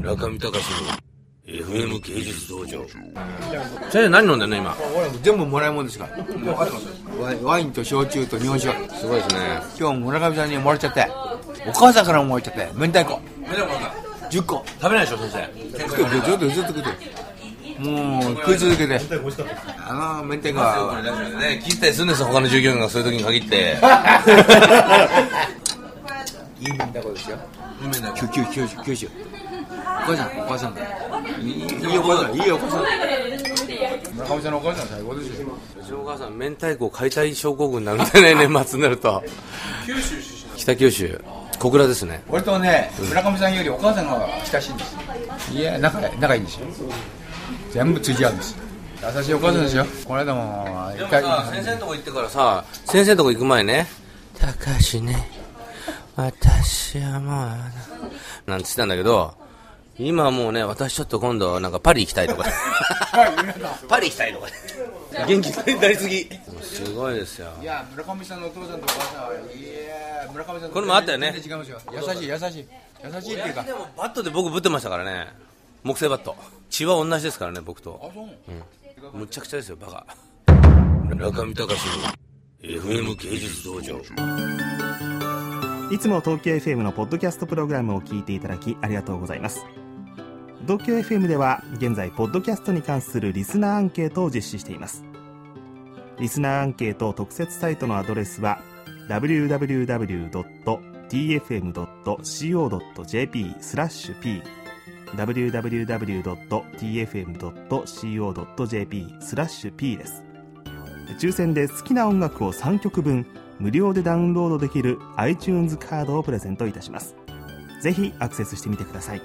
中見隆の FM 芸術道場先生何飲んでんの今俺も全部もらいもんですからワイワインと焼酎と日本酒すごいですね今日村上さんにもらっちゃってお母さんからももらっちゃって明太子食べない10個でしょ先生作ってずっとずっと作ってもう食い続けてあの明太子はね聞いたりするんですよ他の従業員がそういう時に限っていい明太子ですよ九州九州九州お母さんお母さんだいいいいお母さんいいお母さん村上さんのお母さん最高ですよう ちのお母さん明太子を買いたい症候群になるんでね年末になると北九州小倉ですね俺とね村上さんよりお母さんの方が親しいんですよいや仲仲いいんですよ全部通じ合うんです優しいお母さんですよこの間も一回生のとこ行ってからさ先生のとこ行く前ね「高橋ね私はもうあの」なんつってたんだけど今はもうね私ちょっと今度なんかパリ行きたいと かパリ行きたいとか元気になりすぎすごいですよいや村上さんのお父さんとお母さんはいや村上さんこれもあったよね全然違いますよ優しい優しい優しいっていうかでもバットで僕ぶってましたからね木製バット血は同じですからね僕とあそうむちゃくちゃですよバカ中見隆の FM 芸術道場いつも東京 FM のポッドキャストプログラムを聞いていただきありがとうございます。東京 FM では現在、ポッドキャストに関するリスナーアンケートを実施しています。リスナーアンケート特設サイトのアドレスは www.tfm.co.jp スラッシュ p www.tfm.co.jp スラッシュ p です。抽選で好きな音楽を3曲分無料でダウンロードできる iTunes カードをプレゼントいたしますぜひアクセスしてみてください